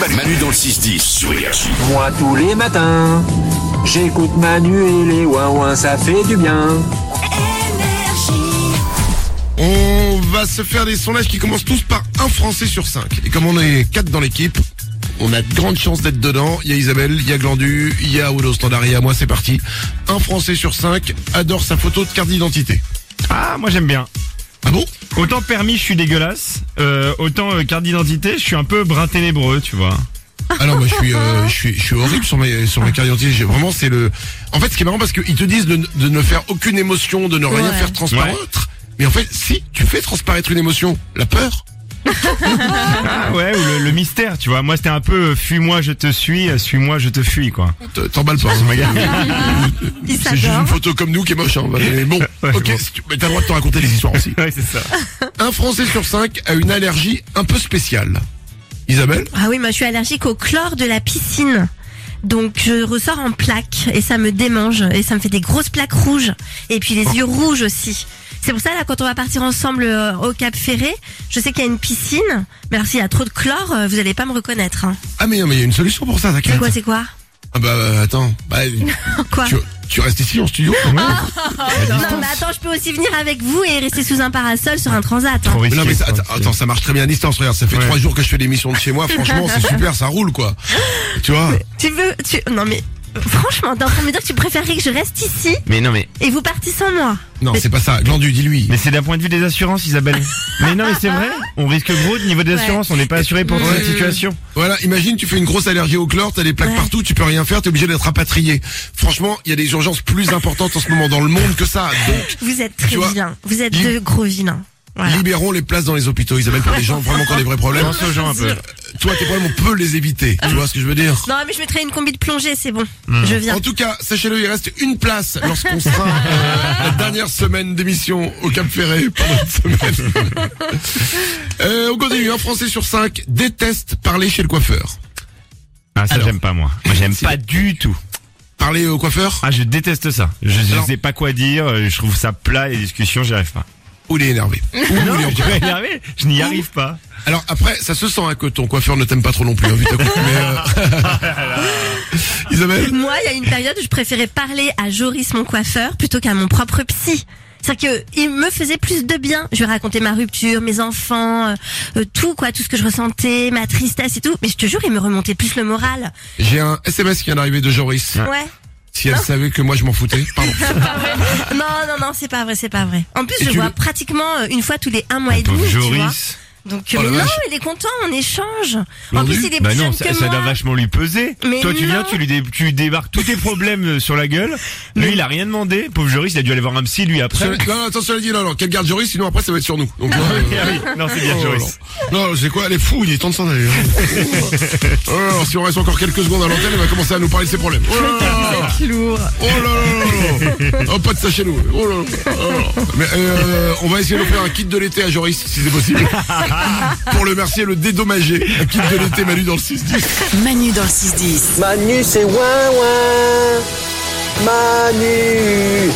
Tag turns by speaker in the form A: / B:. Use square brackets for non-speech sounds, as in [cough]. A: Manu. Manu dans le 6-10 sur Énergie.
B: Moi tous les matins, j'écoute Manu et les Ouin ça fait du bien.
C: On va se faire des sondages qui commencent tous par un Français sur cinq. Et comme on est quatre dans l'équipe, on a de grandes chances d'être dedans. Il y a Isabelle, il y a Glandu, il y a Oudo Standard, il y a moi, c'est parti. Un Français sur cinq adore sa photo de carte d'identité.
D: Ah, moi j'aime bien.
C: Ah bon
D: Autant permis, je suis dégueulasse. Euh, autant euh, carte d'identité, je suis un peu brin ténébreux, tu vois.
C: Alors moi je suis, euh, je suis je suis horrible sur mes sur ma carte d'identité. J'ai- Vraiment c'est le. En fait ce qui est marrant parce qu'ils te disent de, ne- de ne faire aucune émotion, de ne rien
E: Ouais.
C: faire transparaître. Mais en fait si tu fais transparaître une émotion, la peur.
D: Ah ouais, ou le, le mystère, tu vois. Moi, c'était un peu euh, fuis-moi, je te suis, euh, suis-moi, je te fuis, quoi.
C: T- T'emballes pas. hein,
E: Ils
C: C'est juste une
E: s'adorent.
C: photo comme nous qui est moche. Hein.
D: [laughs]
C: Mais bon,
D: Ouais,
C: ok,
D: bon.
C: si tu- mais t'as le droit de te raconter des histoires
D: [laughs]
C: aussi.
D: [laughs] Ouais, c'est ça.
C: Un Français sur cinq a une allergie un peu spéciale. Isabelle
E: Ah oui, moi je suis allergique au chlore de la piscine. Donc je ressors en plaques et ça me démange et ça me fait des grosses plaques rouges et puis les yeux rouges aussi. C'est pour ça là quand on va partir ensemble euh, au Cap Ferré, je sais qu'il y a une piscine, mais alors s'il y a trop de chlore, euh, vous allez pas me reconnaître. hein.
C: Ah mais non, mais il y a une solution pour ça,
E: C'est
C: t'inquiète.
E: quoi, c'est quoi [laughs]
C: Ah bah euh, attends, bah,
E: Quoi
C: tu, tu restes ici en studio
E: Ah. Non mais attends, je peux aussi venir avec vous et rester sous un parasol sur un transat. hein.
D: Trop
C: Mais
D: risqué.
C: non, mais ça, attends, attends, ça marche très bien à distance. Regarde, ça fait
D: Ouais.
C: trois jours que je fais l'émission de chez moi. Franchement,
E: [laughs]
C: c'est super, ça roule quoi. Tu vois
E: Tu veux, tu non mais euh, franchement, t'es en train de me dire que tu préférerais que je reste ici
D: Mais non, mais,
E: et vous partez sans moi.
C: Non, c'est pas ça. Glandu, dis-lui.
D: mais c'est d'un point de vue des assurances,
E: [laughs]
D: Isabelle. mais non, mais c'est vrai. On risque gros de niveau des
E: Ouais. Mm.
D: assurances. On n'est pas assuré pour
C: Ouais.
D: cette situation.
C: Voilà, imagine, tu fais une grosse allergie au chlore, t'as des plaques
E: Ouais.
C: partout, tu peux rien faire, t'es obligé d'être rapatrié. Franchement, il y a des urgences plus importantes en ce moment dans le monde que ça. Donc,
E: Vous êtes très
C: Tu vois,
E: vilain. Vous êtes
C: il-
E: de gros vilains. Voilà.
C: libérons les places dans les hôpitaux, Isabelle, pour les gens vraiment qui ont des vrais problèmes.
D: Pense aux gens un peu.
C: Toi, tes problèmes, on peut les éviter. Tu vois ce que je veux dire
E: Non, mais je mettrai une combi de plongée, c'est bon. Je viens.
C: En tout cas, sachez-le, il reste une place lorsqu'on sera euh, la dernière semaine d'émission au Cap Ferré pas notre semaine. Euh, on continue, un Français sur cinq déteste parler chez le coiffeur.
D: Ah, ça,
C: Alors.
D: j'aime pas, moi. Moi, j'aime
C: Si.
D: pas du tout.
C: Parler au coiffeur
D: Ah, je déteste ça. Je, je
C: Alors.
D: sais pas quoi dire. euh, Je trouve ça plat, les discussions, j'y arrive pas.
C: ou il est énervé. Ou il est en-
D: [laughs] je vais y arriver. Je n'y arrive pas.
C: Alors après, ça se sent hein, que ton coiffeur ne t'aime pas trop non plus. hein, vu ta coupe, mais, euh,
D: [laughs]
C: [laughs] Isabelle
E: Moi, il y a une période où je préférais parler à Joris, mon coiffeur, plutôt qu'à mon propre psy. C'est-à-dire qu'il me faisait plus de bien. Je lui racontais ma rupture, mes enfants, euh, euh, tout quoi, tout ce que je ressentais, ma tristesse et tout. Mais je te jure, il me remontait plus le moral.
C: J'ai un SMS qui vient d'arriver de Joris.
E: Ouais.
C: Si elle savait que moi je m'en foutais, pardon.
E: Non, non, non, c'est pas vrai, c'est pas vrai. En plus,
C: Et
E: je
C: tu
E: vois
C: le-
E: pratiquement euh, une fois tous les un mois et
D: Pauvre
E: demi, tu vois.
D: Joris.
E: Donc,
C: Oh
E: euh,
C: la
E: mais non,
C: vache.
E: il est content, on échange. En
C: Vendu
E: plus, il est plus
D: Bah non,
E: jeune
D: ça,
E: que
D: ça doit
E: moi.
D: vachement lui peser.
E: Mais
D: Toi, tu
E: non.
D: viens, tu lui dé- tu débarques tous tes problèmes euh, sur la gueule. Lui, il a rien demandé. Pauvre Joris, il a dû aller voir un psy lui après.
C: Cela- Non, non, attends, cela dit, non, non, qu'elle garde Joris, sinon après ça va être sur nous. Donc, non, euh,
D: [laughs] Ah oui, non, c'est bien
C: Oh,
D: Joris.
C: Non, non, c'est quoi Elle est fou, il est temps de s'en aller. hein. Oh, alors, si on reste encore quelques secondes à l'antenne, elle va commencer à nous parler de ses problèmes. Oh là là Oh là là là là. Oh, pas de ça chez nous. Oh là là. Oh là là. Mais, euh, on va essayer de faire un kit de l'été à Joris, si c'est possible. Pour le remercier et le dédommager. Un kit de l'été, Manu, dans le 6-10.
F: Manu dans le 6-10.
B: Manu c'est ouin ouin. Manu